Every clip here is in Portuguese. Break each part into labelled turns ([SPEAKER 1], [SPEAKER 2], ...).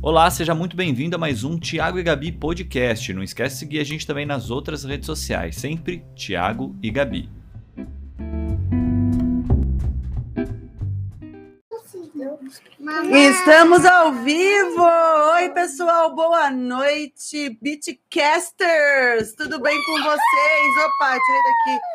[SPEAKER 1] Olá, seja muito bem-vindo a mais um Tiago e Gabi Podcast. Não esquece de seguir a gente também nas outras redes sociais, sempre Tiago e Gabi.
[SPEAKER 2] Estamos ao vivo! Oi, pessoal, boa noite, Beatcasters! Tudo bem com vocês? Opa, tirei daqui.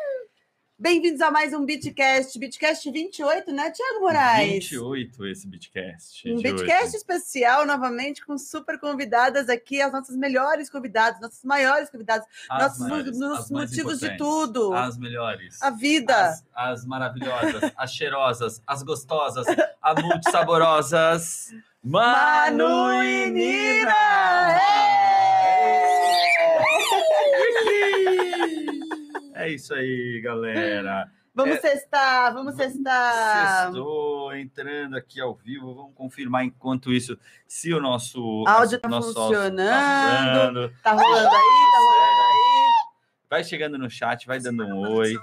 [SPEAKER 2] Bem-vindos a mais um Beatcast, Beatcast 28, né, Tiago Moraes?
[SPEAKER 1] 28 esse Bitcast.
[SPEAKER 2] Um
[SPEAKER 1] de hoje.
[SPEAKER 2] Beatcast especial, novamente, com super convidadas aqui, as nossas melhores convidadas, nossos maiores convidados,
[SPEAKER 1] As
[SPEAKER 2] nossos
[SPEAKER 1] maiores,
[SPEAKER 2] mo-
[SPEAKER 1] as
[SPEAKER 2] nossos
[SPEAKER 1] mais
[SPEAKER 2] motivos de
[SPEAKER 1] importantes,
[SPEAKER 2] tudo,
[SPEAKER 1] As melhores.
[SPEAKER 2] a vida.
[SPEAKER 1] As, as maravilhosas, as cheirosas, as gostosas, as multissaborosas.
[SPEAKER 2] Manu e Nina! Ê!
[SPEAKER 1] É isso aí, galera.
[SPEAKER 2] Vamos testar, vamos testar.
[SPEAKER 1] Estou entrando aqui ao vivo. Vamos confirmar enquanto isso se o nosso
[SPEAKER 2] Áudio tá
[SPEAKER 1] nosso
[SPEAKER 2] funcionando.
[SPEAKER 1] funcionando.
[SPEAKER 2] Tá rolando aí, tá rolando aí.
[SPEAKER 1] Vai chegando no chat, vai dando um oi.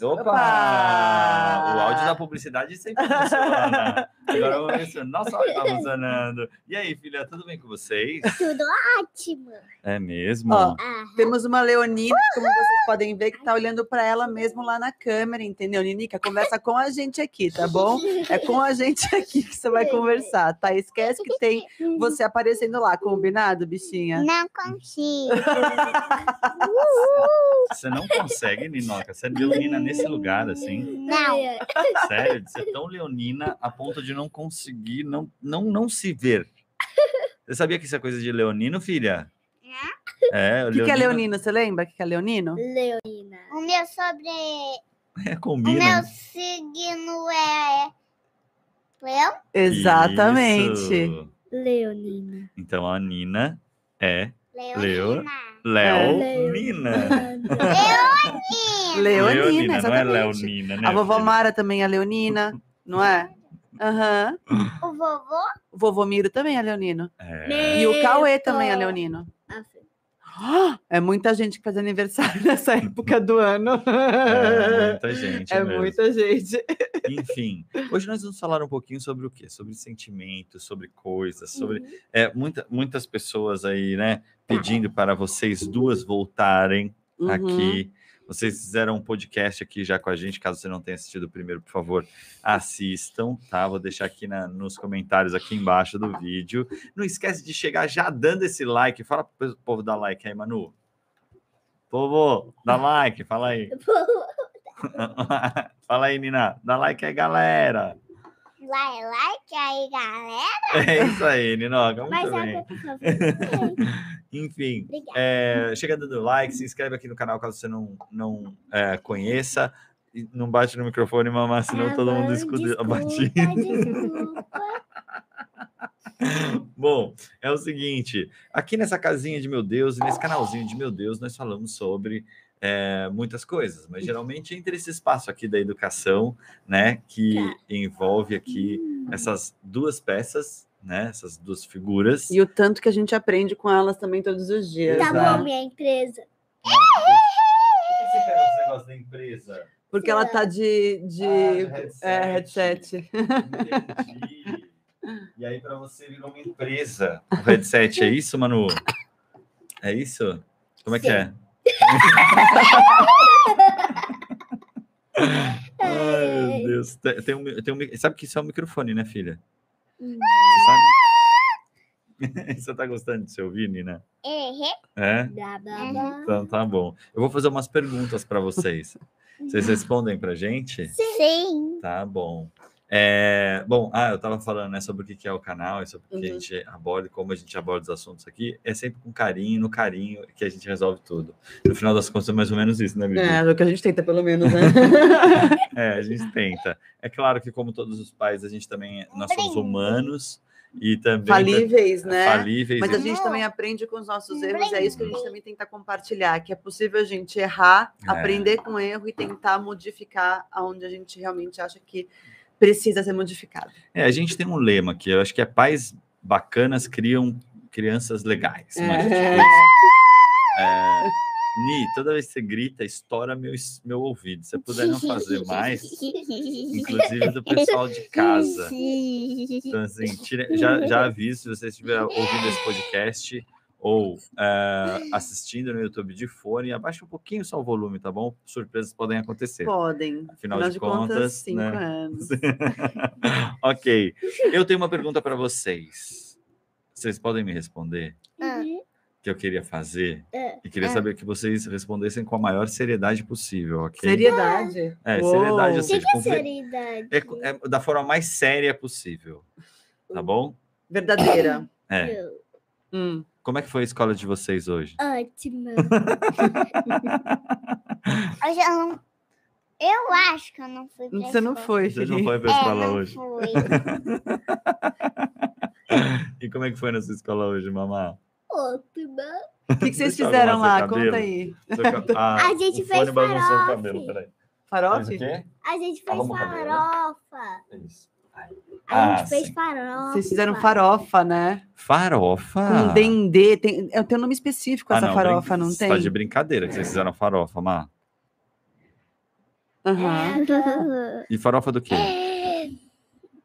[SPEAKER 1] Opa!
[SPEAKER 2] Opa!
[SPEAKER 1] O áudio da publicidade sempre funciona. Agora vamos ver se o nosso áudio tá funcionando. E aí, filha, tudo bem com vocês?
[SPEAKER 3] Tudo ótimo.
[SPEAKER 1] É mesmo?
[SPEAKER 2] Ó.
[SPEAKER 3] Ah,
[SPEAKER 2] Temos uma Leonina, como vocês podem ver, que tá olhando para ela mesmo lá na câmera, entendeu? Ninica, conversa com a gente aqui, tá bom? É com a gente aqui que você vai conversar, tá? Esquece que tem você aparecendo lá, combinado, bichinha?
[SPEAKER 3] Não consigo.
[SPEAKER 1] Você não consegue, Ninoca. Você é leonina nesse lugar, assim.
[SPEAKER 3] Não.
[SPEAKER 1] Sério, de ser tão leonina a ponto de não conseguir, não, não, não se ver. Você sabia que isso é coisa de leonino, filha? É,
[SPEAKER 2] O que, que é leonino? Você lembra o que, que é leonino?
[SPEAKER 4] Leonina.
[SPEAKER 3] O meu sobre.
[SPEAKER 1] É,
[SPEAKER 3] O meu
[SPEAKER 1] combina.
[SPEAKER 3] signo é. Leão?
[SPEAKER 2] Exatamente.
[SPEAKER 1] Isso.
[SPEAKER 4] Leonina.
[SPEAKER 1] Então a Nina é
[SPEAKER 3] Leonina.
[SPEAKER 1] Leonina.
[SPEAKER 2] Leonina,
[SPEAKER 1] não é
[SPEAKER 2] exatamente.
[SPEAKER 1] Leonina, né?
[SPEAKER 2] A vovó
[SPEAKER 1] filha?
[SPEAKER 2] Mara também é leonina, não é? Aham.
[SPEAKER 3] O vovô?
[SPEAKER 2] O vovô Miro também é leonino.
[SPEAKER 1] É.
[SPEAKER 2] E o Cauê também é leonino. Ah, É muita gente que faz aniversário nessa época do ano.
[SPEAKER 1] É muita gente.
[SPEAKER 2] É
[SPEAKER 1] mesmo.
[SPEAKER 2] muita gente.
[SPEAKER 1] Enfim, hoje nós vamos falar um pouquinho sobre o quê? Sobre sentimentos, sobre coisas, sobre. É, muita, muitas pessoas aí, né? Pedindo para vocês duas voltarem
[SPEAKER 4] Uhum.
[SPEAKER 1] aqui. Vocês fizeram um podcast aqui já com a gente. Caso você não tenha assistido o primeiro, por favor, assistam, tá? Vou deixar aqui na- nos comentários aqui embaixo do vídeo. Não esquece de chegar já dando esse like. Fala pro povo dar like aí, Manu. Povo, dá like, fala aí. Fala aí, Nina. Dá like aí, galera.
[SPEAKER 3] Like, like aí, galera.
[SPEAKER 1] É isso aí, Ninoca. Muito
[SPEAKER 4] Mais
[SPEAKER 1] bem.
[SPEAKER 4] água, por favor.
[SPEAKER 1] Enfim,
[SPEAKER 3] Obrigada.
[SPEAKER 1] é, chega dando like, se inscreve aqui no canal caso você não, não é, conheça. E não bate no microfone, mamá,
[SPEAKER 2] Ah,
[SPEAKER 1] senão todo mundo escuta a batida. Bom, é o seguinte: aqui nessa casinha de meu Deus e nesse canalzinho de meu Deus, nós falamos sobre é, muitas coisas, mas geralmente entre esse espaço aqui da educação, né, que
[SPEAKER 4] Tá.
[SPEAKER 1] envolve aqui
[SPEAKER 2] Hum.
[SPEAKER 1] essas duas peças, né, essas duas figuras.
[SPEAKER 2] E o tanto que a gente aprende com elas também todos os dias.
[SPEAKER 4] Tá
[SPEAKER 2] né?
[SPEAKER 1] Exato.
[SPEAKER 4] bom, minha empresa.
[SPEAKER 1] Por que você pega esse negócio da empresa?
[SPEAKER 2] Porque ela tá de, de
[SPEAKER 1] Ah,
[SPEAKER 2] é,
[SPEAKER 1] headset.
[SPEAKER 2] headset.
[SPEAKER 1] Entendi. E aí, para você virou uma empresa. O headset, é isso, Manu? É isso? Como é que é? Ai, meu Deus. Tem- Tem um, mi- tem um, mi- sabe que isso é um microfone, né, filha?
[SPEAKER 4] Hum.
[SPEAKER 1] Você sabe? Você tá gostando de se ouvir, Nina?
[SPEAKER 3] Errei. Uhum.
[SPEAKER 1] É?
[SPEAKER 4] Blá, blá, blá.
[SPEAKER 1] Então tá bom. Eu vou fazer umas perguntas para vocês. Vocês respondem pra gente?
[SPEAKER 3] Sim.
[SPEAKER 1] Tá bom. É, bom, ah, eu tava falando, né, sobre o que que é o canal e sobre o que a
[SPEAKER 2] Uhum.
[SPEAKER 1] gente aborda e como a gente aborda os assuntos aqui. É sempre com carinho, no carinho, que a gente resolve tudo. No final das contas, é mais ou menos isso, né, Bibi?
[SPEAKER 2] É, é o que a gente tenta, pelo menos, né?
[SPEAKER 1] É, a gente tenta. É claro que, como todos os pais, a gente também, nós somos
[SPEAKER 3] Brinco.
[SPEAKER 1] humanos e também... tá É
[SPEAKER 2] Falíveis, né?
[SPEAKER 1] Falíveis.
[SPEAKER 2] Mas a
[SPEAKER 1] e-
[SPEAKER 2] gente também aprende com os nossos erros, e é isso que a gente
[SPEAKER 3] Brinco.
[SPEAKER 2] também tenta compartilhar, que é possível a gente errar,
[SPEAKER 1] É.
[SPEAKER 2] aprender com o erro e tentar modificar aonde a gente realmente acha que precisa ser modificado.
[SPEAKER 1] É, a gente tem um lema que eu acho que é pais bacanas criam crianças legais. né?
[SPEAKER 2] É.
[SPEAKER 1] Tipo isso. É, Ni, toda vez que você grita, estoura meu, es- meu ouvido. Se você puder não fazer mais, inclusive do pessoal de casa. Então, assim, tira- já, já aviso, se você estiver ouvindo esse podcast ou ah, assistindo no YouTube de fone, abaixa um pouquinho só o volume, tá bom? Surpresas podem acontecer.
[SPEAKER 2] Podem.
[SPEAKER 1] Afinal de contas,
[SPEAKER 2] cinco
[SPEAKER 1] né?
[SPEAKER 2] anos.
[SPEAKER 1] ok. Eu tenho uma pergunta para vocês. Vocês podem me responder? Que eu queria fazer
[SPEAKER 3] É,
[SPEAKER 4] Ah,
[SPEAKER 1] e queria
[SPEAKER 4] ah.
[SPEAKER 1] saber que vocês respondessem com a maior seriedade possível, ok?
[SPEAKER 2] Seriedade.
[SPEAKER 1] É,
[SPEAKER 2] Uou.
[SPEAKER 1] seriedade, ou
[SPEAKER 4] O que,
[SPEAKER 1] seja,
[SPEAKER 4] que é
[SPEAKER 1] com ver-
[SPEAKER 4] seriedade?
[SPEAKER 1] é co- é da forma mais séria possível,
[SPEAKER 3] Hum.
[SPEAKER 1] tá bom?
[SPEAKER 2] Verdadeira.
[SPEAKER 1] É.
[SPEAKER 4] Eu-
[SPEAKER 2] Hum.
[SPEAKER 1] Como é que foi a escola de vocês hoje?
[SPEAKER 4] Ótima.
[SPEAKER 3] Hoje eu não. Eu acho que eu não fui. pra
[SPEAKER 2] Você não
[SPEAKER 3] escola.
[SPEAKER 2] foi,
[SPEAKER 1] Vocês não
[SPEAKER 2] Felipe.
[SPEAKER 1] foram pra
[SPEAKER 3] É,
[SPEAKER 1] escola
[SPEAKER 3] não
[SPEAKER 1] hoje.
[SPEAKER 3] fui.
[SPEAKER 1] E como é que foi na sua escola hoje, mamá?
[SPEAKER 4] Ótima.
[SPEAKER 2] O que, que vocês
[SPEAKER 1] Deixa eu
[SPEAKER 2] fizeram
[SPEAKER 1] arrumar
[SPEAKER 2] lá?
[SPEAKER 1] seu
[SPEAKER 2] Conta
[SPEAKER 1] cabelo.
[SPEAKER 2] aí.
[SPEAKER 1] Seu ca- Ah,
[SPEAKER 4] A gente
[SPEAKER 1] o
[SPEAKER 4] fez
[SPEAKER 1] fone bagunçou o
[SPEAKER 4] farofa.
[SPEAKER 1] cabelo, peraí. Fez o
[SPEAKER 2] Farofe?
[SPEAKER 1] quê?
[SPEAKER 4] A gente fez
[SPEAKER 1] Arruma o cabelo.
[SPEAKER 4] farofa.
[SPEAKER 1] É isso.
[SPEAKER 4] A
[SPEAKER 1] Ah,
[SPEAKER 4] gente fez
[SPEAKER 1] sim.
[SPEAKER 4] farofa.
[SPEAKER 2] Vocês fizeram farofa, né?
[SPEAKER 1] Farofa?
[SPEAKER 2] Com dendê. Tem, é, tem um nome específico
[SPEAKER 1] Ah,
[SPEAKER 2] Um essa
[SPEAKER 1] não,
[SPEAKER 2] farofa,
[SPEAKER 1] brin-
[SPEAKER 2] não
[SPEAKER 1] você
[SPEAKER 2] tem?
[SPEAKER 1] Tá de brincadeira que vocês fizeram farofa, Má.
[SPEAKER 2] Aham.
[SPEAKER 4] Aham.
[SPEAKER 1] E farofa do quê?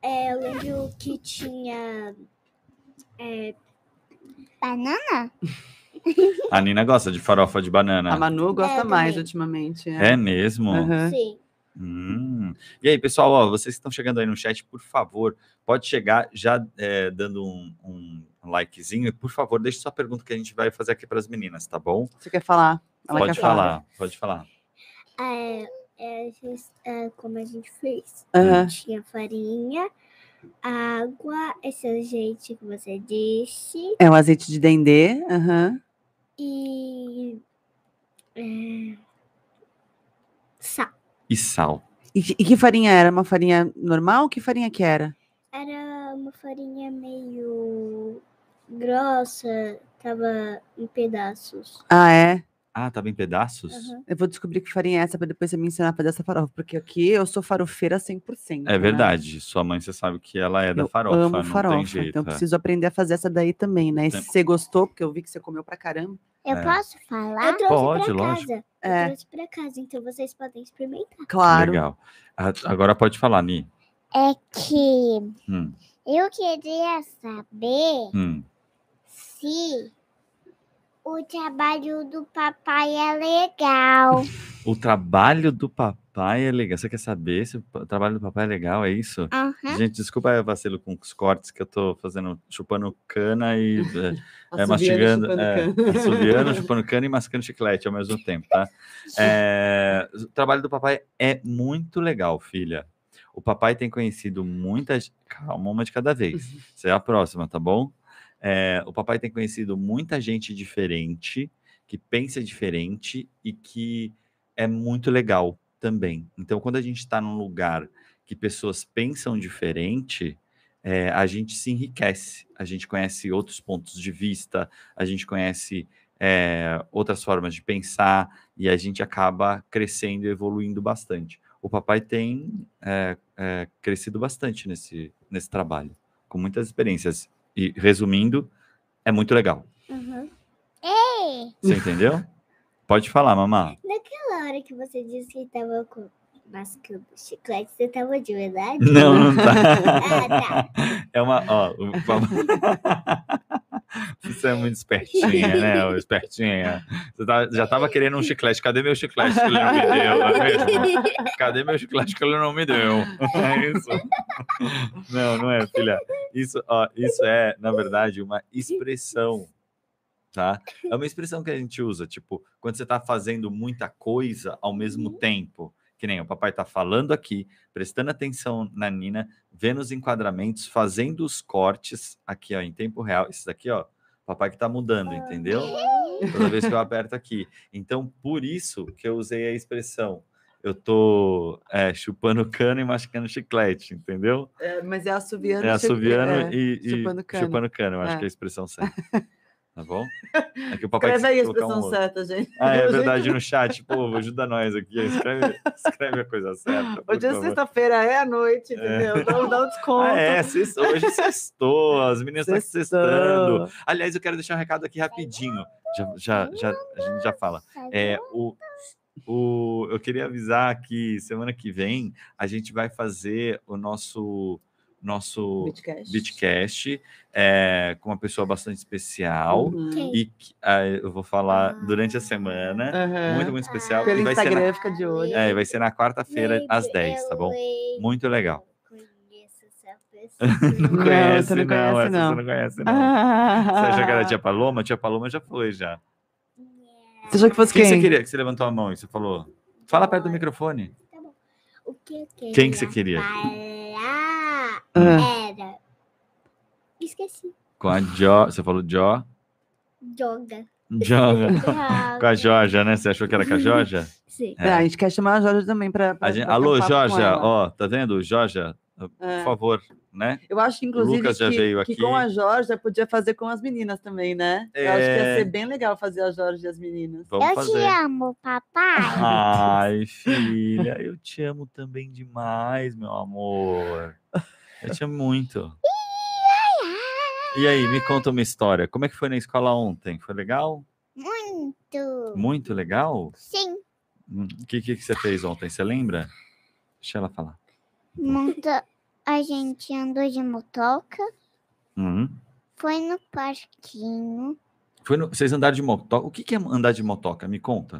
[SPEAKER 4] É, eu lembro que tinha. é,
[SPEAKER 3] Banana?
[SPEAKER 1] A Nina gosta de farofa de
[SPEAKER 2] A
[SPEAKER 1] banana.
[SPEAKER 2] Manu gosta
[SPEAKER 4] É,
[SPEAKER 2] mais
[SPEAKER 4] também.
[SPEAKER 2] ultimamente.
[SPEAKER 1] É mesmo?
[SPEAKER 2] Aham.
[SPEAKER 4] sim.
[SPEAKER 1] Hum. E aí, pessoal, ó, vocês que estão chegando aí no chat, por favor, pode chegar já é, dando um, um likezinho e, por favor, deixe sua pergunta que a gente vai fazer aqui para as meninas, tá bom?
[SPEAKER 2] Você quer falar? Ela
[SPEAKER 1] pode
[SPEAKER 2] quer
[SPEAKER 1] falar, pode falar.
[SPEAKER 4] É, é, a gente- é, como a gente fez?
[SPEAKER 1] Ah.
[SPEAKER 2] Aham.
[SPEAKER 4] Tinha farinha, água, esse é o jeito que você disse,
[SPEAKER 2] É o azeite de dendê. Aham.
[SPEAKER 4] e. é, sal.
[SPEAKER 1] E sal.
[SPEAKER 2] E, que- e que farinha era? Uma farinha normal? Que farinha que era?
[SPEAKER 4] Era uma farinha meio grossa, tava em pedaços.
[SPEAKER 2] Ah, é?
[SPEAKER 1] Ah, tava em pedaços?
[SPEAKER 4] Aham.
[SPEAKER 2] Eu vou descobrir que farinha é essa para depois você me ensinar a fazer essa farofa, porque aqui eu sou farofeira 100%.
[SPEAKER 1] É
[SPEAKER 2] né?
[SPEAKER 1] verdade. Sua mãe, você sabe que ela é da
[SPEAKER 2] Eu
[SPEAKER 1] farofa,
[SPEAKER 2] amo
[SPEAKER 1] não
[SPEAKER 2] farofa,
[SPEAKER 1] tem jeito.
[SPEAKER 2] então eu
[SPEAKER 1] é.
[SPEAKER 2] preciso aprender a fazer essa daí também, né? E
[SPEAKER 1] Tem-
[SPEAKER 2] se você gostou, porque eu vi que você comeu pra caramba.
[SPEAKER 3] Eu
[SPEAKER 1] É.
[SPEAKER 3] posso falar?
[SPEAKER 4] Eu trouxe
[SPEAKER 1] Pode,
[SPEAKER 4] pra
[SPEAKER 1] lógico.
[SPEAKER 4] casa. Eu
[SPEAKER 2] É,
[SPEAKER 4] trouxe pra casa, então vocês podem experimentar.
[SPEAKER 2] claro.
[SPEAKER 1] Legal. A- Agora pode falar, Ni.
[SPEAKER 3] É que
[SPEAKER 1] Hum,
[SPEAKER 3] eu queria saber
[SPEAKER 1] hum.
[SPEAKER 3] se o trabalho do papai é legal.
[SPEAKER 1] O trabalho do papai é legal. Você quer saber se o pa- trabalho do papai é legal? É isso?
[SPEAKER 2] Hum?
[SPEAKER 3] Aham.
[SPEAKER 1] Gente, desculpa eu vacilo com os cortes que eu tô fazendo, chupando cana e é, é,
[SPEAKER 2] Assoviando,
[SPEAKER 1] mastigando,
[SPEAKER 2] chupando
[SPEAKER 1] é,
[SPEAKER 2] cana.
[SPEAKER 1] assoviando, chupando cana e mascando chiclete ao mesmo tempo, tá? É, o trabalho do papai é muito legal, filha. O papai tem conhecido muita gente. Calma, uma de cada vez.
[SPEAKER 2] Uhum.
[SPEAKER 1] Você é a próxima, tá bom? É, o papai tem conhecido muita gente diferente, que pensa diferente e que é muito legal também. Então, quando a gente está num lugar que pessoas pensam diferente, é, a gente se enriquece, a gente conhece outros pontos de vista, a gente conhece é, outras formas de pensar e a gente acaba crescendo e evoluindo bastante. O papai tem é, é, crescido bastante nesse, nesse trabalho, com muitas experiências. E resumindo, é muito legal.
[SPEAKER 4] Uhum.
[SPEAKER 3] Ei,
[SPEAKER 1] Você entendeu? Pode falar, mamá.
[SPEAKER 4] Aquela hora que você disse que tava com mascando chiclete, você tava de verdade?
[SPEAKER 1] Não, não
[SPEAKER 4] Ah,
[SPEAKER 1] tá.
[SPEAKER 4] tá.
[SPEAKER 1] É uma. Ó, o papai- Você é muito espertinha, né? ô Espertinha. Você tá- já tava querendo um chiclete. Cadê meu chiclete que ele não me deu? não é mesmo? Cadê meu chiclete que ele não me deu? É isso. Não, não é, filha. Isso, ó, isso é, na verdade, uma expressão, tá? É uma expressão que a gente usa, tipo, quando você tá fazendo muita coisa ao mesmo tempo. Que nem o papai tá falando aqui, prestando atenção na Nina, vendo os enquadramentos, fazendo os cortes aqui, ó, em tempo real. Isso daqui, ó, papai que tá mudando, entendeu? Toda vez que eu aperto aqui. Então, por isso que eu usei a expressão. Eu tô é, chupando cana e mascando chiclete, entendeu?
[SPEAKER 2] É, mas é assoviando.
[SPEAKER 1] É
[SPEAKER 2] chup-
[SPEAKER 1] assoviando
[SPEAKER 2] é.
[SPEAKER 1] e, e
[SPEAKER 2] chupando cana.
[SPEAKER 1] chupando cana, eu acho
[SPEAKER 2] É.
[SPEAKER 1] que é a expressão certa. Tá bom? É que o papai
[SPEAKER 2] Escreve aí a
[SPEAKER 1] quis colocar um
[SPEAKER 2] expressão
[SPEAKER 1] outro.
[SPEAKER 2] certa, gente.
[SPEAKER 1] Ah, é
[SPEAKER 2] Hoje-
[SPEAKER 1] verdade, no chat. Povo, ajuda nós aqui. Escreve, escreve a coisa certa. por
[SPEAKER 2] Hoje é
[SPEAKER 1] favor.
[SPEAKER 2] sexta-feira, é à noite, entendeu? Então dá um desconto.
[SPEAKER 1] Então, Ah, é, sexto, hoje sextou, as meninas estão sextando. Aliás, eu quero deixar um recado aqui rapidinho. Já, já, já, a gente já fala. É, o, o, eu queria avisar que semana que vem a gente vai fazer o nosso nosso
[SPEAKER 2] Bitcast.
[SPEAKER 1] Bitcast é, com uma pessoa bastante especial.
[SPEAKER 2] Uhum.
[SPEAKER 1] E que, ah, eu vou falar
[SPEAKER 4] Ah.
[SPEAKER 1] durante a semana.
[SPEAKER 2] Aham.
[SPEAKER 1] Muito, muito especial.
[SPEAKER 2] Pelo
[SPEAKER 1] e vai ser na-
[SPEAKER 2] Instagram, fica de olho.
[SPEAKER 1] é, e vai ser na quarta-feira, às 10, tá bom? Muito legal.
[SPEAKER 4] Conheço essa pessoa.
[SPEAKER 2] Não,
[SPEAKER 1] conhece,
[SPEAKER 2] você
[SPEAKER 1] não,
[SPEAKER 2] não conhece,
[SPEAKER 1] essa
[SPEAKER 2] não.
[SPEAKER 1] Você não conhece, não. Você
[SPEAKER 2] Ah.
[SPEAKER 1] achou que era a tia Paloma? A tia Paloma já foi, já.
[SPEAKER 2] Você achou que fosse
[SPEAKER 1] Quem,
[SPEAKER 2] quem?
[SPEAKER 1] você queria que você levantou a mão e você falou? Fala perto do microfone.
[SPEAKER 4] Tá O que eu queria
[SPEAKER 1] Quem que você queria?
[SPEAKER 4] falar
[SPEAKER 2] Ah.
[SPEAKER 4] era. Esqueci.
[SPEAKER 1] Com a Jo. Você falou Jo?
[SPEAKER 4] Joga.
[SPEAKER 1] Joga. Com a
[SPEAKER 4] Joga.
[SPEAKER 1] Joja, né? Você achou que era com a
[SPEAKER 4] Uhum.
[SPEAKER 1] Joja?
[SPEAKER 4] Sim.
[SPEAKER 1] É.
[SPEAKER 2] Ah, a gente quer chamar a Jorge também para.
[SPEAKER 1] A gente- Alô, Joja, ó, tá vendo? Joja,
[SPEAKER 4] Ah.
[SPEAKER 1] por favor, né?
[SPEAKER 2] É. Eu acho que, inclusive,
[SPEAKER 1] Lucas já
[SPEAKER 2] que,
[SPEAKER 1] veio
[SPEAKER 2] que
[SPEAKER 1] aqui.
[SPEAKER 2] com a Jorge podia fazer com as meninas também, né? Eu acho que ia
[SPEAKER 1] É.
[SPEAKER 2] ser bem legal fazer a Jorge e as meninas.
[SPEAKER 1] Vamos
[SPEAKER 4] Eu te
[SPEAKER 1] fazer.
[SPEAKER 4] amo, papai.
[SPEAKER 1] Ai, filha, eu te amo também demais, meu amor. Eu te amo muito. E aí, me conta uma história. Como é que foi na escola ontem? Foi legal?
[SPEAKER 4] Muito.
[SPEAKER 1] Muito legal?
[SPEAKER 4] Sim.
[SPEAKER 1] Hum, O que, que, que você fez ontem? Você lembra? Deixa ela falar.
[SPEAKER 4] Monta... A gente andou de motoca,
[SPEAKER 1] Hum.
[SPEAKER 4] foi no parquinho.
[SPEAKER 1] Foi no- Vocês andaram de motoca? O que, que é andar de motoca? Me conta.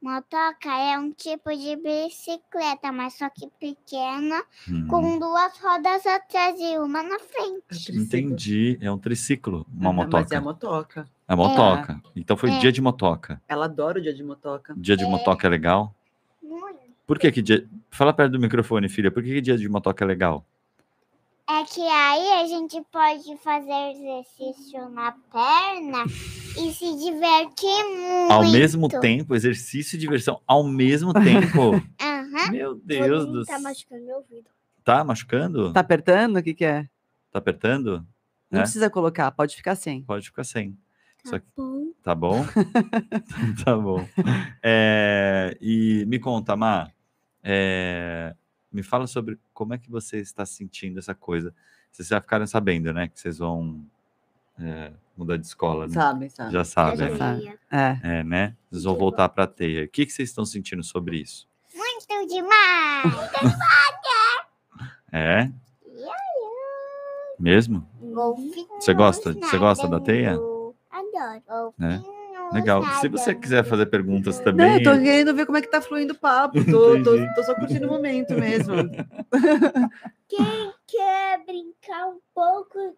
[SPEAKER 4] Motoca é um tipo de bicicleta, mas só que pequena,
[SPEAKER 1] Hum,
[SPEAKER 4] com duas rodas atrás e uma na frente.
[SPEAKER 1] Entendi. É um triciclo, uma
[SPEAKER 2] Mas é
[SPEAKER 1] motoca.
[SPEAKER 2] a motoca.
[SPEAKER 1] É motoca. Então foi
[SPEAKER 4] É.
[SPEAKER 1] dia de motoca.
[SPEAKER 2] Ela adora o dia de motoca.
[SPEAKER 1] Dia de motoca é legal?
[SPEAKER 4] Muito.
[SPEAKER 1] Por que que dia... Fala perto do microfone, filha. Por que, que dia de motoca é legal?
[SPEAKER 4] É que aí a gente pode fazer exercício na perna e se divertir muito.
[SPEAKER 1] Ao mesmo tempo, exercício e diversão. Ao mesmo tempo.
[SPEAKER 4] Aham.
[SPEAKER 1] Meu Deus do
[SPEAKER 4] Tá
[SPEAKER 1] céu.
[SPEAKER 4] machucando meu ouvido.
[SPEAKER 1] Tá machucando?
[SPEAKER 2] Tá
[SPEAKER 1] Tá,
[SPEAKER 2] apertando? O que, que é?
[SPEAKER 1] apertando?
[SPEAKER 2] Não
[SPEAKER 1] É?
[SPEAKER 2] precisa colocar, pode ficar sem.
[SPEAKER 1] Pode ficar sem. Só
[SPEAKER 4] Tá
[SPEAKER 1] que-
[SPEAKER 4] bom.
[SPEAKER 1] Tá bom? tá bom. É, E me conta, Má. é, Me fala sobre como é que você está sentindo essa coisa. Vocês já ficaram sabendo, né? Que vocês vão é, mudar de escola, né?
[SPEAKER 2] Sabe, sabe.
[SPEAKER 1] Já
[SPEAKER 4] Eu
[SPEAKER 1] sabem,
[SPEAKER 4] já
[SPEAKER 1] né?
[SPEAKER 2] Tá.
[SPEAKER 4] queria.
[SPEAKER 2] É.
[SPEAKER 1] É, né? Vocês vão voltar pra teia. O que, que vocês estão sentindo sobre isso?
[SPEAKER 4] Muito demais.
[SPEAKER 1] É? Mesmo?
[SPEAKER 4] Golfinho.
[SPEAKER 1] Você gosta? Você gosta da teia?
[SPEAKER 4] Adoro.
[SPEAKER 1] É.
[SPEAKER 4] Golfinho
[SPEAKER 1] Legal. Se você
[SPEAKER 4] nadando.
[SPEAKER 1] quiser fazer perguntas
[SPEAKER 2] Não,
[SPEAKER 1] também.
[SPEAKER 2] eu tô querendo ver como é que tá fluindo o papo. Tô, tô,
[SPEAKER 1] Entendi.
[SPEAKER 2] tô só curtindo o momento mesmo.
[SPEAKER 4] Quem quer brincar um pouco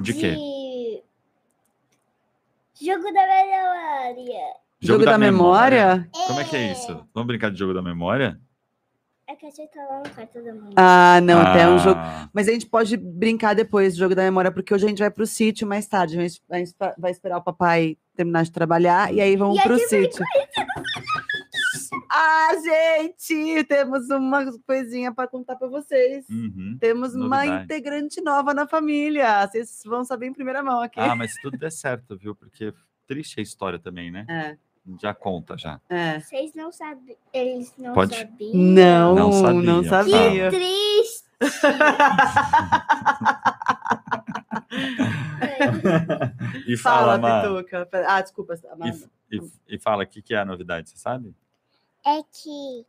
[SPEAKER 1] De quê?
[SPEAKER 4] de jogo da memória?
[SPEAKER 2] Jogo, da, memória?
[SPEAKER 1] Como é que é isso? Vamos brincar de jogo da memória?
[SPEAKER 4] É que a gente tá lá no quarto da mãe.
[SPEAKER 2] Ah, não, até é um jogo.
[SPEAKER 1] Ah,
[SPEAKER 2] Mas a gente pode brincar depois do jogo da memória, porque hoje a gente vai pro sítio mais tarde. A gente vai, espa- vai esperar o papai terminar de trabalhar e aí vamos
[SPEAKER 4] E a
[SPEAKER 2] pro
[SPEAKER 4] gente vai
[SPEAKER 2] sítio. Ah, gente, temos uma coisinha para contar para vocês.
[SPEAKER 1] uhum.
[SPEAKER 2] Temos uma
[SPEAKER 1] novidade.
[SPEAKER 2] integrante nova na família. Vocês vão saber em primeira mão aqui.
[SPEAKER 1] Ah, mas tudo der certo, viu? Porque triste a história também, né?
[SPEAKER 2] É,
[SPEAKER 1] Já conta, já.
[SPEAKER 2] é.
[SPEAKER 4] Vocês não sabem. Eles não
[SPEAKER 1] Pode?
[SPEAKER 4] sabiam.
[SPEAKER 2] Não,
[SPEAKER 1] Não sabia,
[SPEAKER 2] não sabia.
[SPEAKER 1] fala.
[SPEAKER 4] Triste.
[SPEAKER 1] E fala,
[SPEAKER 2] Fala,
[SPEAKER 1] Má.
[SPEAKER 2] Pituca. Ah, desculpa,
[SPEAKER 1] E,
[SPEAKER 2] Amanda.
[SPEAKER 1] f- e, f- e fala, o que, que é a novidade, você sabe?
[SPEAKER 4] É que.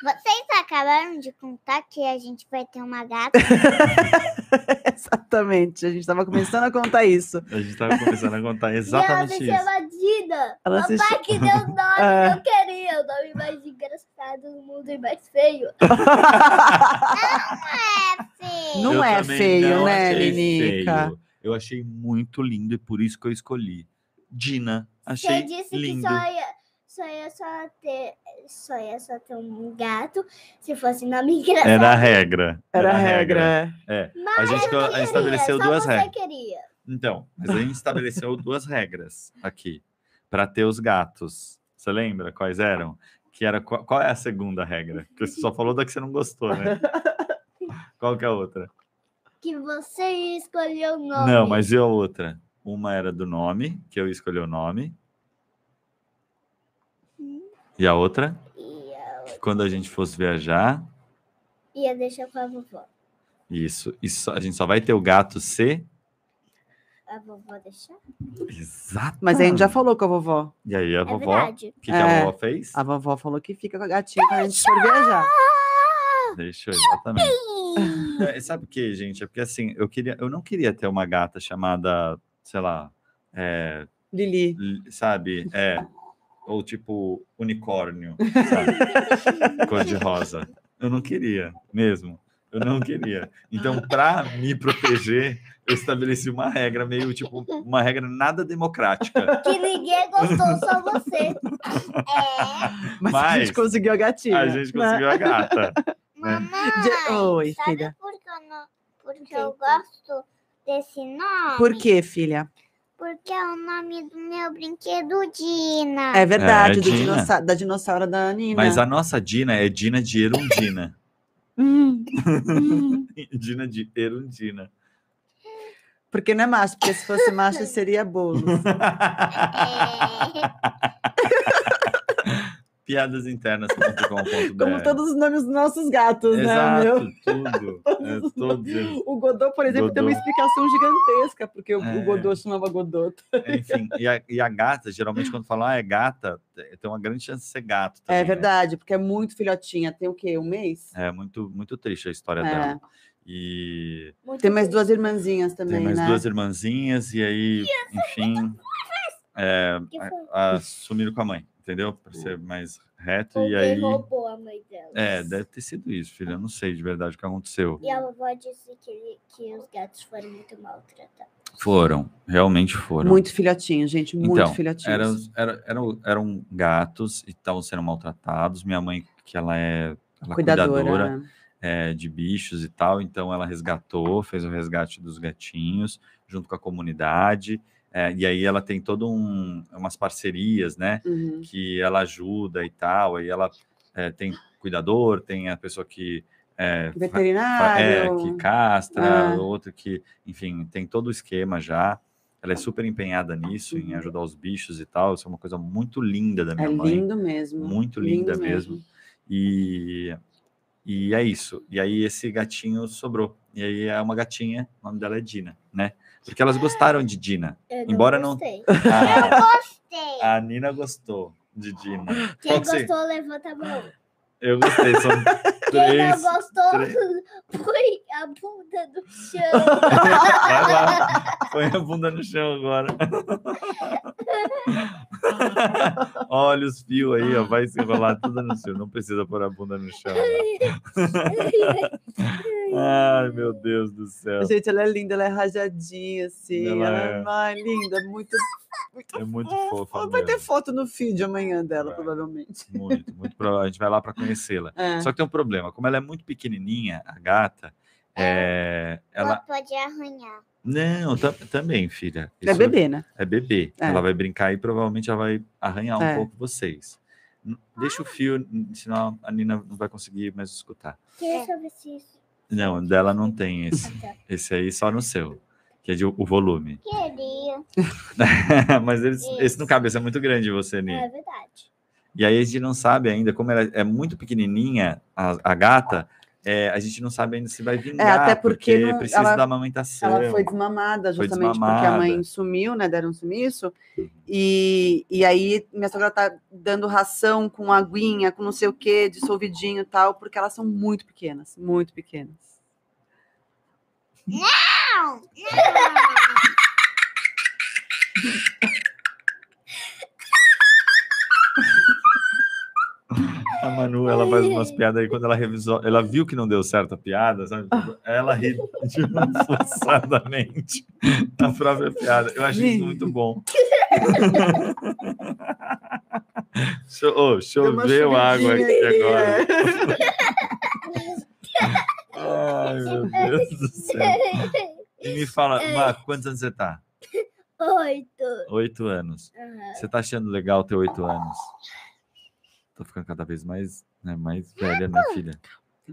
[SPEAKER 4] Vocês acabaram de contar que a gente vai ter uma gata.
[SPEAKER 2] Exatamente, a gente estava começando a contar isso.
[SPEAKER 1] A gente tava começando a contar exatamente
[SPEAKER 4] e ela se
[SPEAKER 1] isso.
[SPEAKER 4] chama Dina.
[SPEAKER 2] Ela se
[SPEAKER 4] Papai que deu o nome
[SPEAKER 2] É.
[SPEAKER 4] que eu queria. O nome mais engraçado do mundo e mais feio. Sim.
[SPEAKER 2] Não
[SPEAKER 1] Eu
[SPEAKER 2] é
[SPEAKER 1] também
[SPEAKER 2] feio,
[SPEAKER 1] não
[SPEAKER 2] né,
[SPEAKER 1] achei
[SPEAKER 2] Linica?
[SPEAKER 1] feio. Eu achei muito lindo e por isso que eu escolhi. Dina, achei
[SPEAKER 4] Você disse
[SPEAKER 1] lindo.
[SPEAKER 4] que só ia, só ia só ter. Só ia só ter um gato se fosse nome engraçado.
[SPEAKER 1] Era a regra.
[SPEAKER 2] Era a regra. é.
[SPEAKER 1] A gente,
[SPEAKER 4] Ah, eu
[SPEAKER 1] a gente
[SPEAKER 4] queria, é
[SPEAKER 1] estabeleceu
[SPEAKER 4] só
[SPEAKER 1] duas
[SPEAKER 4] você
[SPEAKER 1] regras.
[SPEAKER 4] queria.
[SPEAKER 1] Então, mas a gente estabeleceu duas regras aqui para ter os gatos. Você lembra quais eram? Que era qual, qual é a segunda regra? Porque você só falou da que você não gostou, né? Qual que é a outra?
[SPEAKER 4] Que você escolheu o nome.
[SPEAKER 1] Não, mas e a outra? Uma era do nome, que eu escolhi o nome. E a outra,
[SPEAKER 4] E eu
[SPEAKER 1] quando a gente fosse viajar.
[SPEAKER 4] ia deixar com a vovó.
[SPEAKER 1] Isso. E só- a gente só vai ter o gato C.
[SPEAKER 4] A vovó deixar?
[SPEAKER 1] Exato.
[SPEAKER 2] Mas aí a gente já falou com a vovó.
[SPEAKER 1] E aí a
[SPEAKER 4] É
[SPEAKER 1] vovó, o
[SPEAKER 4] verdade.
[SPEAKER 1] que, que a
[SPEAKER 2] É.
[SPEAKER 1] vovó fez?
[SPEAKER 2] A vovó falou que fica com a gatinha quando a gente for viajar.
[SPEAKER 1] Deixa eu, exatamente. É, sabe o que, gente? É porque assim, eu, queria, eu não queria ter uma gata chamada, sei lá, é,
[SPEAKER 2] Lili.
[SPEAKER 1] l- sabe? É, ou tipo unicórnio, sabe? Cor de rosa. Eu não queria, mesmo. Eu não queria. Então, para me proteger, eu estabeleci uma regra meio tipo, uma regra nada democrática.
[SPEAKER 4] Que ninguém gostou, só você. É.
[SPEAKER 2] Mas, a
[SPEAKER 1] Mas
[SPEAKER 2] gente conseguiu a gatinha.
[SPEAKER 1] A gente
[SPEAKER 2] né?
[SPEAKER 1] conseguiu a gata.
[SPEAKER 4] Mamãe,
[SPEAKER 2] De- Oi,
[SPEAKER 4] sabe
[SPEAKER 2] filha.
[SPEAKER 4] por que eu, não, por que
[SPEAKER 3] Ok,
[SPEAKER 4] eu
[SPEAKER 3] então.
[SPEAKER 4] gosto desse nome?
[SPEAKER 2] Por quê, filha?
[SPEAKER 4] Porque é o nome do meu brinquedo Dina.
[SPEAKER 2] É verdade,
[SPEAKER 1] É,
[SPEAKER 2] do
[SPEAKER 1] Dina.
[SPEAKER 2] dinossa- da dinossauro da Nina.
[SPEAKER 1] Mas a nossa Dina é Dina de Erundina.
[SPEAKER 2] Hum, hum.
[SPEAKER 1] Dina de Erundina.
[SPEAKER 2] Porque não é macho, porque se fosse macho seria bolo.
[SPEAKER 4] É.
[SPEAKER 1] Piadasinternas.com.br
[SPEAKER 2] Como todos os nomes dos nossos gatos, né,
[SPEAKER 1] É. Exato,
[SPEAKER 2] meu?
[SPEAKER 1] tudo. É, todos eles.
[SPEAKER 2] O Godot, por exemplo, tem uma
[SPEAKER 1] Godot.
[SPEAKER 2] explicação gigantesca, porque o-
[SPEAKER 1] É.
[SPEAKER 2] o Godot chamava Godot.
[SPEAKER 1] Enfim, e a, e a gata, geralmente, quando falar ah, é gata, te- tem uma grande chance de ser gato. Também,
[SPEAKER 2] É
[SPEAKER 1] né?
[SPEAKER 2] verdade, porque é muito filhotinha. Tem o quê? Um mês?
[SPEAKER 1] É muito, muito triste a história
[SPEAKER 2] É.
[SPEAKER 1] dela. E
[SPEAKER 2] Tem mais duas irmãzinhas também,
[SPEAKER 1] tem mais
[SPEAKER 2] né?
[SPEAKER 1] duas irmãzinhas, e aí, enfim, é,
[SPEAKER 4] Que foi?
[SPEAKER 1] a- a- sumiram com a mãe, entendeu? Pra ser mais reto.
[SPEAKER 4] Alguém
[SPEAKER 1] E aí.
[SPEAKER 4] roubou a mãe dela.
[SPEAKER 1] É, deve ter sido isso, filha. Eu não sei de verdade o que aconteceu.
[SPEAKER 4] E a vovó disse que, ele- que os gatos foram muito maltratados.
[SPEAKER 1] Foram, realmente foram.
[SPEAKER 2] Muito filhotinho, gente, muito
[SPEAKER 1] Então,
[SPEAKER 2] filhotinho.
[SPEAKER 1] Eram, era- eram, eram gatos e estavam sendo maltratados. Minha mãe, que ela é ela é
[SPEAKER 2] Cuidadora.
[SPEAKER 1] cuidadora, é, de bichos e tal, então ela resgatou, fez o resgate dos gatinhos junto com a comunidade. é, e aí ela tem todo um umas parcerias, né?
[SPEAKER 2] Uhum.
[SPEAKER 1] Que ela ajuda e tal. Aí ela é, tem cuidador, tem a pessoa que é, fa- Fa- É,
[SPEAKER 2] Veterinário.
[SPEAKER 1] que castra,
[SPEAKER 2] Ah.
[SPEAKER 1] outro que, enfim, tem todo o esquema já. Ela é super empenhada nisso, em
[SPEAKER 2] Uhum.
[SPEAKER 1] ajudar os bichos e tal. Isso é uma coisa muito linda da
[SPEAKER 2] É
[SPEAKER 1] minha mãe.
[SPEAKER 2] lindo mesmo.
[SPEAKER 1] Muito linda mesmo. E, e é isso. E aí esse gatinho sobrou. E aí é uma gatinha, o nome dela é Dina, né? Porque elas gostaram de Dina.
[SPEAKER 4] Eu
[SPEAKER 1] Embora não-
[SPEAKER 4] gostei.
[SPEAKER 1] A,
[SPEAKER 4] Gostei.
[SPEAKER 1] a Nina gostou de Dina.
[SPEAKER 4] Quem
[SPEAKER 1] Qual que você-
[SPEAKER 4] gostou, levanta a mão.
[SPEAKER 1] Eu gostei, são
[SPEAKER 4] Quem não
[SPEAKER 1] três.
[SPEAKER 4] gostou, põe a bunda no chão.
[SPEAKER 1] Vai lá, põe a bunda no chão agora. Olha os fios aí, ó, vai se enrolar tudo no seu. Não precisa pôr a bunda no chão. Ai, meu Deus do céu.
[SPEAKER 2] Gente, ela é linda, ela é rajadinha, assim.
[SPEAKER 1] Ela
[SPEAKER 2] Ela,
[SPEAKER 1] é.
[SPEAKER 2] é ai, linda, muito.
[SPEAKER 1] É muito fofa.
[SPEAKER 2] Vai ter
[SPEAKER 1] mesmo. É.
[SPEAKER 2] foto no feed amanhã dela,
[SPEAKER 1] Vai.
[SPEAKER 2] provavelmente.
[SPEAKER 1] Muito, muito provável. A gente vai lá para conhecê-la.
[SPEAKER 2] É.
[SPEAKER 1] Só que tem um problema. Como ela é muito pequenininha, a gata, é, ela.
[SPEAKER 4] Ela pode arranhar.
[SPEAKER 1] Não, tam- também, filha.
[SPEAKER 2] É
[SPEAKER 1] Isso-
[SPEAKER 2] bebê, né?
[SPEAKER 1] É bebê.
[SPEAKER 2] É.
[SPEAKER 1] Ela vai brincar e provavelmente ela vai arranhar um
[SPEAKER 2] É.
[SPEAKER 1] pouco vocês. N- Deixa o fio, n- senão a Nina não vai conseguir mais escutar.
[SPEAKER 2] É.
[SPEAKER 4] Queria saber se isso.
[SPEAKER 1] Não, dela não tem esse. Esse aí só no seu, que é de, o volume.
[SPEAKER 4] Queria.
[SPEAKER 1] Mas eles- esse não cabe, esse é muito grande você, Nina.
[SPEAKER 4] É verdade.
[SPEAKER 1] E aí a gente não sabe ainda, como ela é muito pequenininha, a, a gata, é, a gente não sabe ainda se vai vingar.
[SPEAKER 2] até porque não-
[SPEAKER 1] precisa
[SPEAKER 2] ela-
[SPEAKER 1] da amamentação.
[SPEAKER 2] Ela foi desmamada,
[SPEAKER 1] Foi
[SPEAKER 2] justamente porque a mãe
[SPEAKER 1] desmamada. Uhum.
[SPEAKER 2] sumiu, né? Deram um sumiço. E, e aí minha sogra tá dando ração com aguinha, com não sei o quê, dissolvidinho e tal, porque elas são muito pequenas, muito pequenas.
[SPEAKER 4] Não!
[SPEAKER 1] A Manu, ela faz umas piadas aí, quando ela revisou, ela viu que não deu certo a piada, sabe?
[SPEAKER 2] Ah.
[SPEAKER 1] Ela ri tipo, forçadamente na própria piada. Eu achei isso muito bom. Cho- ô,
[SPEAKER 2] Deu uma
[SPEAKER 1] choveu água aqui
[SPEAKER 2] chuvidinha aí,
[SPEAKER 1] agora.
[SPEAKER 2] é.
[SPEAKER 1] Ai, meu
[SPEAKER 2] É.
[SPEAKER 1] Deus do céu. E me fala, Má, quantos anos você tá?
[SPEAKER 4] Oito.
[SPEAKER 1] Oito anos.
[SPEAKER 4] Aham.
[SPEAKER 1] Você tá achando legal ter oito anos? Tô ficando cada vez mais, né, mais velha, né, filha?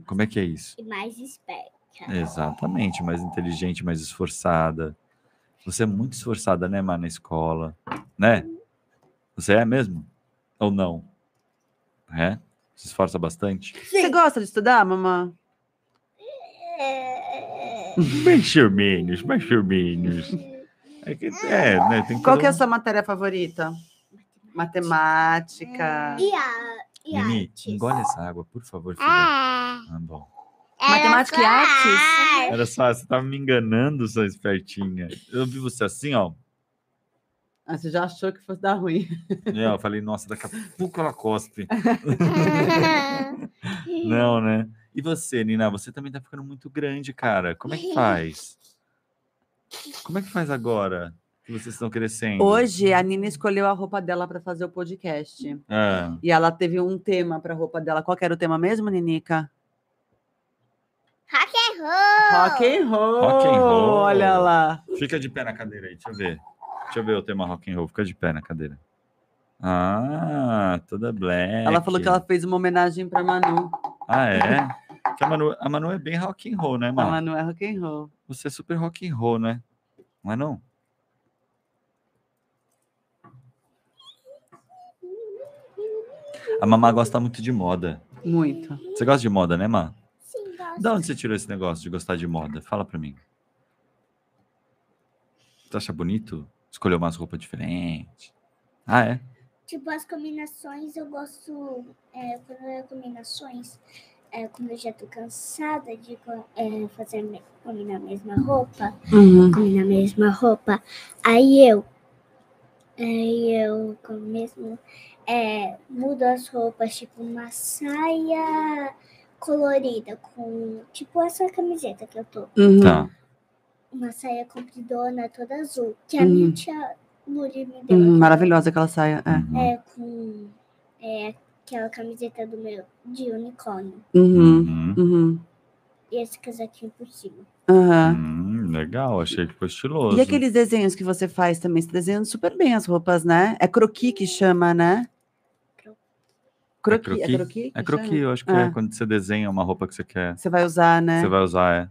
[SPEAKER 1] Como é que é isso?
[SPEAKER 4] E mais esperto.
[SPEAKER 1] Exatamente, mais inteligente, mais esforçada. Você é muito esforçada, né, Má, na escola, né? Você é mesmo? Ou não? É? Se esforça bastante?
[SPEAKER 2] Você gosta de estudar, mamãe?
[SPEAKER 1] É. Mais ou menos, mais ou menos. É, que- é, né, tem que
[SPEAKER 2] Qual
[SPEAKER 1] fazer
[SPEAKER 2] que é a
[SPEAKER 1] um-
[SPEAKER 2] sua matéria favorita? Matemática.
[SPEAKER 3] E a.
[SPEAKER 4] é
[SPEAKER 3] E
[SPEAKER 1] Nini,
[SPEAKER 3] artes?
[SPEAKER 1] engole essa água, por favor, filha.
[SPEAKER 4] Ah,
[SPEAKER 1] Ah, bom.
[SPEAKER 4] era
[SPEAKER 2] É. Matemática e artes?
[SPEAKER 1] Era só, você tava me enganando, sua espertinha. Eu vi você assim, ó.
[SPEAKER 2] Ah, você já achou que fosse dar ruim.
[SPEAKER 1] né, Eu falei, nossa, daqui a pouco ela cospe.
[SPEAKER 4] classe.
[SPEAKER 1] Não, né? E você, Nina, você também tá ficando muito grande, cara. Como é que faz? Como é que faz agora? Que vocês estão crescendo.
[SPEAKER 2] Hoje, a Nina escolheu a roupa dela para fazer o podcast.
[SPEAKER 1] Ah,
[SPEAKER 2] E ela teve um tema para a roupa dela. Qual que era o tema mesmo, Ninica?
[SPEAKER 4] Rock and
[SPEAKER 2] Rock and roll.
[SPEAKER 1] Rock and roll.
[SPEAKER 2] Olha lá.
[SPEAKER 1] fica de pé na cadeira aí, deixa eu ver. Deixa eu ver o tema rock and roll. Fica de pé na cadeira. Ah, toda black.
[SPEAKER 2] Ela falou que ela fez uma homenagem para Manu.
[SPEAKER 1] Ah, é? Que a, Manu, a Manu é bem rock and roll, né,
[SPEAKER 2] A
[SPEAKER 1] Manu?
[SPEAKER 2] Manu é rock and roll.
[SPEAKER 1] Você é super rock and roll, né? Não é não? A mamá gosta muito de moda.
[SPEAKER 2] é Muito.
[SPEAKER 1] Você gosta de moda, né, Má?
[SPEAKER 4] Sim,
[SPEAKER 1] Da onde você tirou esse negócio de gostar de moda? Fala pra mim. Você acha bonito? Escolheu umas roupas diferentes. Ah, é?
[SPEAKER 4] Tipo, as combinações eu gosto. É, quando eu combinações, é, quando eu já tô cansada de co- é, fazer me- combinar a mesma roupa,
[SPEAKER 2] Uhum,
[SPEAKER 4] combinar a mesma roupa, aí eu. Aí eu com mesmo. É, mudo as roupas, tipo, uma saia colorida com. Tipo, essa camiseta que eu tô.
[SPEAKER 2] uhum. Hum,
[SPEAKER 1] Tá.
[SPEAKER 4] Uma saia compridona, toda azul. Que a
[SPEAKER 2] Uhum.
[SPEAKER 4] minha tia Luri me deu.
[SPEAKER 2] Hum, maravilhosa aquela saia. É.
[SPEAKER 1] Uhum,
[SPEAKER 4] É, com é, aquela camiseta do meu, de unicórnio.
[SPEAKER 2] Uhum.
[SPEAKER 1] uhum.
[SPEAKER 2] Uhum.
[SPEAKER 4] E esse casaquinho por cima.
[SPEAKER 2] Aham.
[SPEAKER 1] Hum, legal, achei que ficou estiloso.
[SPEAKER 2] E aqueles desenhos que você faz também? Você desenha super bem as roupas, né? É croqui que chama, né?
[SPEAKER 4] Cro-
[SPEAKER 2] Croqui, é
[SPEAKER 1] croqui?
[SPEAKER 2] croqui? que
[SPEAKER 1] É croqui,
[SPEAKER 2] chama?
[SPEAKER 1] eu acho que
[SPEAKER 2] Ah.
[SPEAKER 1] é quando você desenha uma roupa que você quer,
[SPEAKER 2] Você vai usar, né?
[SPEAKER 1] você vai usar, é.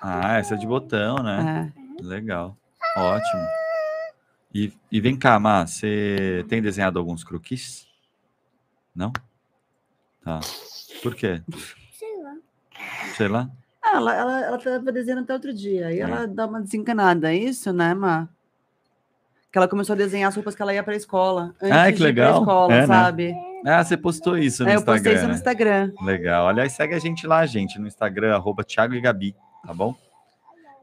[SPEAKER 1] Ah, essa é de botão, né?
[SPEAKER 2] É.
[SPEAKER 1] Legal. Ótimo. E, e vem cá, Má, você tem desenhado alguns croquis? Não? Tá. Por quê?
[SPEAKER 4] Sei lá.
[SPEAKER 1] Sei lá.
[SPEAKER 2] Ah, ela, ela, ela tava desenhando até outro dia. Aí
[SPEAKER 1] É.
[SPEAKER 2] ela dá uma desencanada, é isso, né, Má? Que ela começou a desenhar as roupas que ela ia pra escola. Antes
[SPEAKER 1] Ah, que
[SPEAKER 2] de ir pra
[SPEAKER 1] legal.
[SPEAKER 2] escola,
[SPEAKER 1] É, né?
[SPEAKER 2] sabe?
[SPEAKER 1] Ah, você postou isso no
[SPEAKER 2] Aí É, eu postei isso
[SPEAKER 1] Instagram,
[SPEAKER 2] no
[SPEAKER 1] né?
[SPEAKER 2] Instagram.
[SPEAKER 1] Legal. Aliás, segue a gente lá, gente, no Instagram, arroba Thiago e Gabi, tá bom?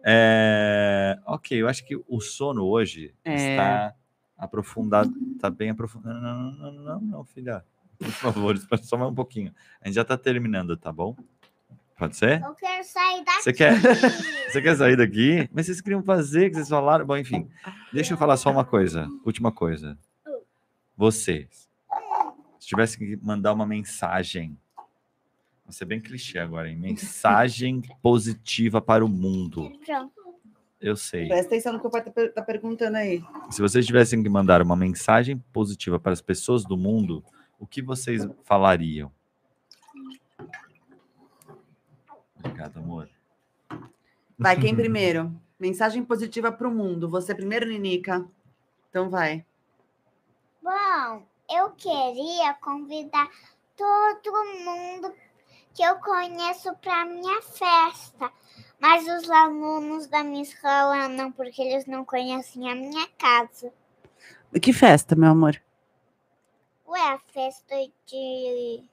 [SPEAKER 1] É, Ok, eu acho que o sono hoje
[SPEAKER 2] É.
[SPEAKER 1] está aprofundado, está bem aprofundado. Não, não, não, não, não, não, filha. Por favor, espera só mais um pouquinho. A gente já está terminando, tá bom? Pode ser?
[SPEAKER 4] Eu quero sair daqui.
[SPEAKER 1] Você quer, você quer sair daqui? Mas vocês queriam fazer, que vocês falaram. Bom, enfim. Deixa eu falar só uma coisa. Última coisa. Vocês. Se tivesse que mandar uma mensagem. Vou ser bem clichê agora, hein? Mensagem positiva para o mundo.
[SPEAKER 4] Pronto.
[SPEAKER 1] Eu sei.
[SPEAKER 2] Presta atenção no que o pai tá, per- tá perguntando aí.
[SPEAKER 1] Se vocês tivessem que mandar uma mensagem positiva para as pessoas do mundo, o que vocês falariam? Obrigado, amor.
[SPEAKER 2] Vai, quem primeiro? Mensagem positiva pro mundo. Você primeiro, Ninica. Então vai.
[SPEAKER 4] Bom, eu queria convidar todo mundo que eu conheço para minha festa. Mas os alunos da minha escola não, porque eles não conhecem a minha casa.
[SPEAKER 2] Que festa, meu amor.
[SPEAKER 4] Ué, a festa de.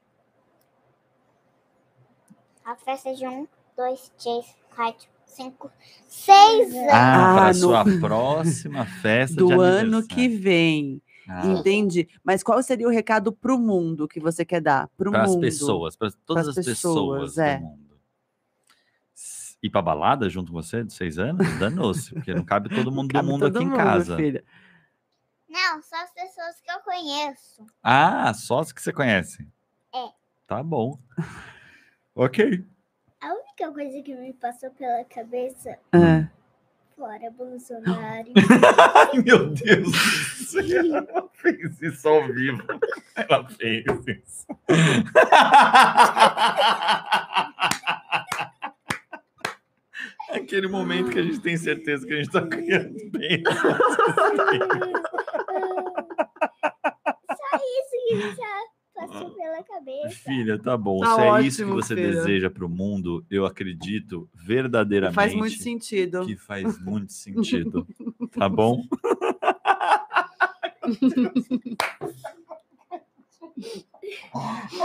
[SPEAKER 4] A festa de um, dois, três, quatro, cinco, seis anos.
[SPEAKER 1] Ah,
[SPEAKER 2] Ah,
[SPEAKER 1] para a
[SPEAKER 2] no-
[SPEAKER 1] sua próxima festa de
[SPEAKER 2] Do ano
[SPEAKER 1] aniversário.
[SPEAKER 2] que vem.
[SPEAKER 1] Ah,
[SPEAKER 2] Entendi. Mas qual seria o recado pro mundo que você quer dar? Pro
[SPEAKER 1] para as
[SPEAKER 2] mundo.
[SPEAKER 1] pessoas, para todas
[SPEAKER 2] Pras
[SPEAKER 1] as pessoas,
[SPEAKER 2] pessoas, é.
[SPEAKER 1] do mundo. S- Ir para balada junto com você de seis anos? Danou-se, porque não cabe todo mundo
[SPEAKER 2] Cabe
[SPEAKER 1] do mundo
[SPEAKER 2] todo
[SPEAKER 1] aqui em
[SPEAKER 2] mundo,
[SPEAKER 1] casa.
[SPEAKER 2] filha.
[SPEAKER 4] Não, só as pessoas que eu conheço.
[SPEAKER 1] Ah, só as que você conhece?
[SPEAKER 4] É.
[SPEAKER 1] Tá bom. ok.
[SPEAKER 4] A única coisa que me passou pela cabeça
[SPEAKER 1] Hum.
[SPEAKER 2] É.
[SPEAKER 4] fora Bolsonaro.
[SPEAKER 1] Ai, meu Deus do céu. Ela fez isso ao vivo. Ela fez isso. aquele momento que a gente tem certeza que a gente está ganhando bem.
[SPEAKER 4] Só isso que já
[SPEAKER 1] Ah.
[SPEAKER 4] passou pela cabeça.
[SPEAKER 1] Filha, tá bom.
[SPEAKER 2] Tá
[SPEAKER 1] Se é isso que
[SPEAKER 2] ótimo,
[SPEAKER 1] você
[SPEAKER 2] filha.
[SPEAKER 1] deseja para o mundo, eu acredito verdadeiramente
[SPEAKER 2] Faz muito sentido.
[SPEAKER 1] que faz muito sentido. Tá bom?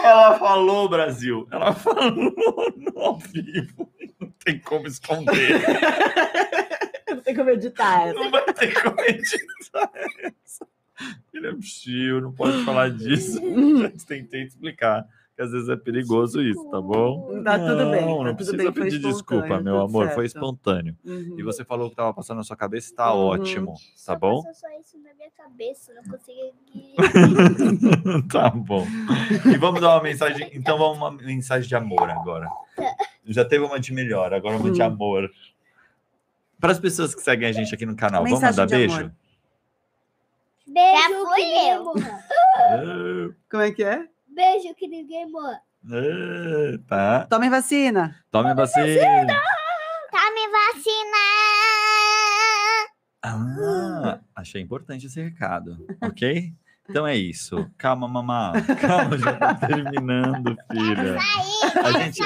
[SPEAKER 1] Ela falou, Brasil. Ela falou no ao vivo. Não tem como esconder.
[SPEAKER 2] Não tem como editar.
[SPEAKER 1] Não vai ter como editar essa. Ele é psiu, não pode falar disso. Já tentei explicar. Que às vezes é perigoso isso,
[SPEAKER 4] Tipo,
[SPEAKER 1] tá bom?
[SPEAKER 2] Tá tudo bem, tá
[SPEAKER 1] Não,
[SPEAKER 2] tudo
[SPEAKER 1] não precisa
[SPEAKER 2] bem, foi
[SPEAKER 1] pedir
[SPEAKER 2] espontâneo,
[SPEAKER 1] desculpa, meu
[SPEAKER 2] tudo
[SPEAKER 1] amor. Foi
[SPEAKER 2] certo.
[SPEAKER 1] espontâneo.
[SPEAKER 2] Uhum.
[SPEAKER 1] E você falou o que tava passando na sua cabeça, tá
[SPEAKER 2] Uhum.
[SPEAKER 1] ótimo, tá
[SPEAKER 4] Só
[SPEAKER 1] bom?
[SPEAKER 4] Passou só isso na minha cabeça, não consegui.
[SPEAKER 1] tá bom. E vamos dar uma mensagem. Então vamos uma mensagem de amor agora. Já teve uma de melhor, agora uma de
[SPEAKER 2] Hum.
[SPEAKER 1] amor. Para as pessoas que seguem a gente aqui no canal, vamos
[SPEAKER 2] Mensagem
[SPEAKER 1] mandar
[SPEAKER 2] de
[SPEAKER 1] beijo?
[SPEAKER 2] amor.
[SPEAKER 4] Beijo
[SPEAKER 3] fui
[SPEAKER 4] que ninguém
[SPEAKER 3] eu.
[SPEAKER 4] morra.
[SPEAKER 2] Como é que é?
[SPEAKER 4] Beijo que ninguém morra.
[SPEAKER 1] Ah, ah, tá.
[SPEAKER 2] Tomem vacina.
[SPEAKER 1] Tome vacina.
[SPEAKER 3] Tá me vacinando.
[SPEAKER 1] Ah, achei importante esse recado, ok? Então é isso. Calma, mamá. Calma, já tá terminando, filha. A gente,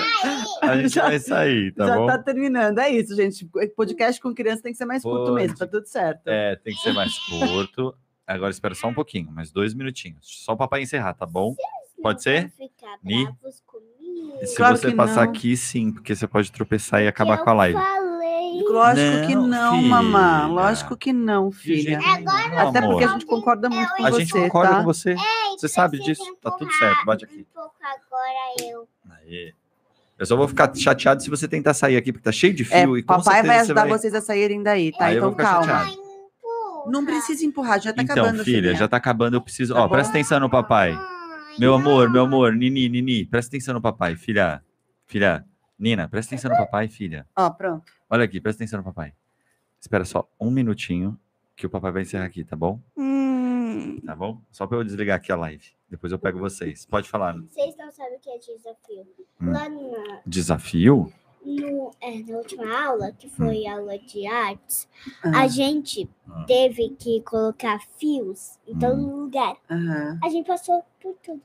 [SPEAKER 1] a gente vai sair, tá
[SPEAKER 2] Já
[SPEAKER 1] bom?
[SPEAKER 2] tá terminando. É isso, gente. Podcast com criança tem que ser mais curto
[SPEAKER 1] Pode.
[SPEAKER 2] mesmo, tá tudo certo.
[SPEAKER 1] É, tem que ser mais curto. Agora espera só um pouquinho, mais dois minutinhos. Só o papai encerrar, tá bom? Pode ser?
[SPEAKER 4] Ficar
[SPEAKER 1] Ni?
[SPEAKER 4] bravos comigo.
[SPEAKER 1] E se
[SPEAKER 2] Claro
[SPEAKER 1] você
[SPEAKER 2] que
[SPEAKER 1] passar
[SPEAKER 2] não.
[SPEAKER 1] aqui, sim, porque você pode tropeçar e
[SPEAKER 4] Que
[SPEAKER 1] acabar com a
[SPEAKER 4] eu
[SPEAKER 1] live.
[SPEAKER 4] Falei.
[SPEAKER 2] Lógico que
[SPEAKER 1] Não,
[SPEAKER 2] não,
[SPEAKER 1] filha.
[SPEAKER 2] mamá. Lógico que não,
[SPEAKER 1] De
[SPEAKER 2] filha. É
[SPEAKER 1] jeito nenhum,
[SPEAKER 2] Até
[SPEAKER 1] amor.
[SPEAKER 2] porque a gente concorda muito com
[SPEAKER 1] A
[SPEAKER 2] você,
[SPEAKER 1] gente concorda
[SPEAKER 2] tá?
[SPEAKER 1] com você. Você sabe disso, tá tudo certo, bate aqui.
[SPEAKER 4] Um pouco agora eu.
[SPEAKER 1] Aê. Eu só vou ficar chateado se você tentar sair aqui, porque tá cheio de
[SPEAKER 2] É,
[SPEAKER 1] fio. e com
[SPEAKER 2] papai
[SPEAKER 1] certeza
[SPEAKER 2] vai ajudar
[SPEAKER 1] você vai...
[SPEAKER 2] vocês a saírem daí, tá?
[SPEAKER 1] Aí eu
[SPEAKER 2] então
[SPEAKER 1] vou ficar
[SPEAKER 2] calma.
[SPEAKER 1] chateado.
[SPEAKER 4] Pô,
[SPEAKER 2] Não precisa empurrar, já tá
[SPEAKER 1] Então,
[SPEAKER 2] acabando.
[SPEAKER 1] filha, já tá acabando, eu preciso...
[SPEAKER 2] Tá
[SPEAKER 1] Ó,
[SPEAKER 2] bom?
[SPEAKER 1] presta atenção no papai.
[SPEAKER 4] mãe.
[SPEAKER 1] Meu amor, meu amor, Nini, Nini, presta atenção no papai, filha. Filha, Nina, presta atenção no papai, filha.
[SPEAKER 2] Ó, pronto.
[SPEAKER 1] Olha aqui, presta atenção no papai. Espera só um minutinho que o papai vai encerrar aqui, tá bom?
[SPEAKER 3] Hum.
[SPEAKER 1] Tá bom? Só pra eu desligar aqui a live. Depois eu pego vocês. Pode falar.
[SPEAKER 4] Vocês não sabem o que é desafio.
[SPEAKER 1] Hum.
[SPEAKER 4] Lá na,
[SPEAKER 1] Desafio?
[SPEAKER 4] no- é, na última aula, que foi aula de artes,
[SPEAKER 2] Ah,
[SPEAKER 4] a gente
[SPEAKER 1] Ah.
[SPEAKER 4] teve que colocar fios em todo lugar.
[SPEAKER 2] aham.
[SPEAKER 4] A gente passou por tudo.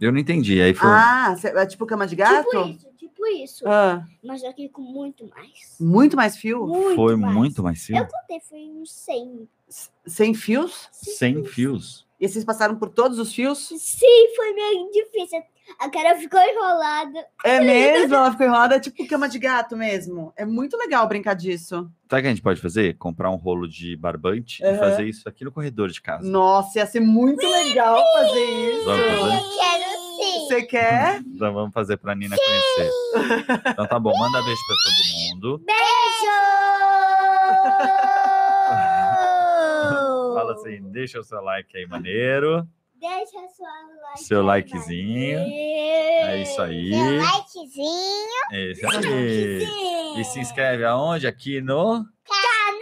[SPEAKER 1] Eu não entendi. Aí foi.
[SPEAKER 2] Ah, cê- é tipo cama de gato?
[SPEAKER 4] Tipo isso, tipo isso.
[SPEAKER 2] Ah, Hum,
[SPEAKER 4] Mas aqui com muito mais.
[SPEAKER 2] muito mais fio?
[SPEAKER 4] Muito
[SPEAKER 1] foi
[SPEAKER 4] mais.
[SPEAKER 1] muito mais fio?
[SPEAKER 4] Eu contei, foi uns 100.
[SPEAKER 2] S- Sem fios?
[SPEAKER 1] Sem fios.
[SPEAKER 2] E vocês passaram por todos os fios?
[SPEAKER 4] Sim, foi meio difícil. A cara ficou enrolada.
[SPEAKER 2] É mesmo? Ela ficou enrolada, é tipo cama de gato mesmo. É muito legal brincar disso.
[SPEAKER 1] Sabe o que a gente pode fazer? Comprar um rolo de barbante e
[SPEAKER 2] Aham.
[SPEAKER 1] fazer isso aqui no corredor de casa.
[SPEAKER 2] Nossa, ia ser muito legal fazer
[SPEAKER 1] Vamos
[SPEAKER 2] isso.
[SPEAKER 1] fazer?
[SPEAKER 3] Eu quero
[SPEAKER 4] assim.
[SPEAKER 3] sim.
[SPEAKER 2] Você quer?
[SPEAKER 1] Então vamos fazer pra Nina conhecer. Então tá bom, manda beijo pra todo mundo. Fala assim, deixa o seu like aí, maneiro.
[SPEAKER 4] Deixa sua like.
[SPEAKER 1] Seu
[SPEAKER 4] aí,
[SPEAKER 1] likezinho.
[SPEAKER 4] Maria.
[SPEAKER 1] É isso aí.
[SPEAKER 3] Seu likezinho.
[SPEAKER 1] É isso aí.
[SPEAKER 4] Sim.
[SPEAKER 1] E se inscreve aonde? Aqui no.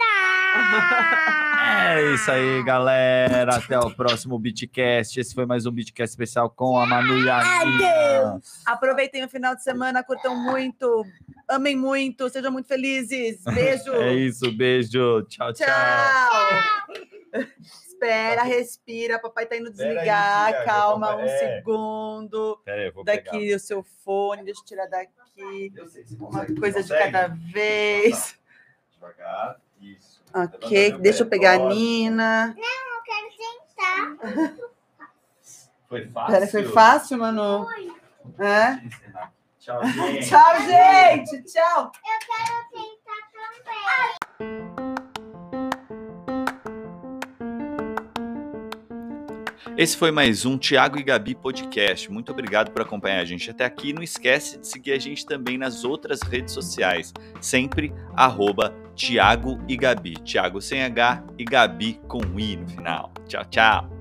[SPEAKER 3] Ah.
[SPEAKER 1] É isso aí, galera. Até o próximo Beatcast. Esse foi mais um Beatcast especial com a Manu e a Nina.
[SPEAKER 2] Aproveitem o final de semana, curtam muito, amem muito, sejam muito felizes. Beijo.
[SPEAKER 1] É isso, beijo. Tchau, tchau.
[SPEAKER 2] Tchau. Espera, respira. Papai tá indo
[SPEAKER 1] Espera aí,
[SPEAKER 2] desligar.
[SPEAKER 1] Tiago,
[SPEAKER 2] Calma,
[SPEAKER 1] papai-
[SPEAKER 2] um
[SPEAKER 1] é.
[SPEAKER 2] segundo.
[SPEAKER 1] Pera aí, eu vou
[SPEAKER 2] Daqui
[SPEAKER 1] pegar.
[SPEAKER 2] o seu fone, deixa eu tirar daqui.
[SPEAKER 1] Eu sei, você
[SPEAKER 2] Uma
[SPEAKER 1] consegue,
[SPEAKER 2] coisa de
[SPEAKER 1] consegue?
[SPEAKER 2] cada vez.
[SPEAKER 1] Devagar, isso. Levanta
[SPEAKER 2] Ok,
[SPEAKER 1] meu
[SPEAKER 2] deixa eu
[SPEAKER 1] pé,
[SPEAKER 2] pegar a
[SPEAKER 1] bora.
[SPEAKER 2] Nina.
[SPEAKER 1] Foi fácil.
[SPEAKER 2] Pera, foi fácil, Manu? É?
[SPEAKER 1] Tchau, gente.
[SPEAKER 2] Tchau, gente! Tchau!
[SPEAKER 1] Esse foi mais um Tiago e Gabi Podcast. Muito obrigado por acompanhar a gente até aqui. Não esquece de seguir a gente também nas outras redes sociais. Sempre arroba Tiago e Gabi. Tiago sem H e Gabi com I no final. Tchau, tchau.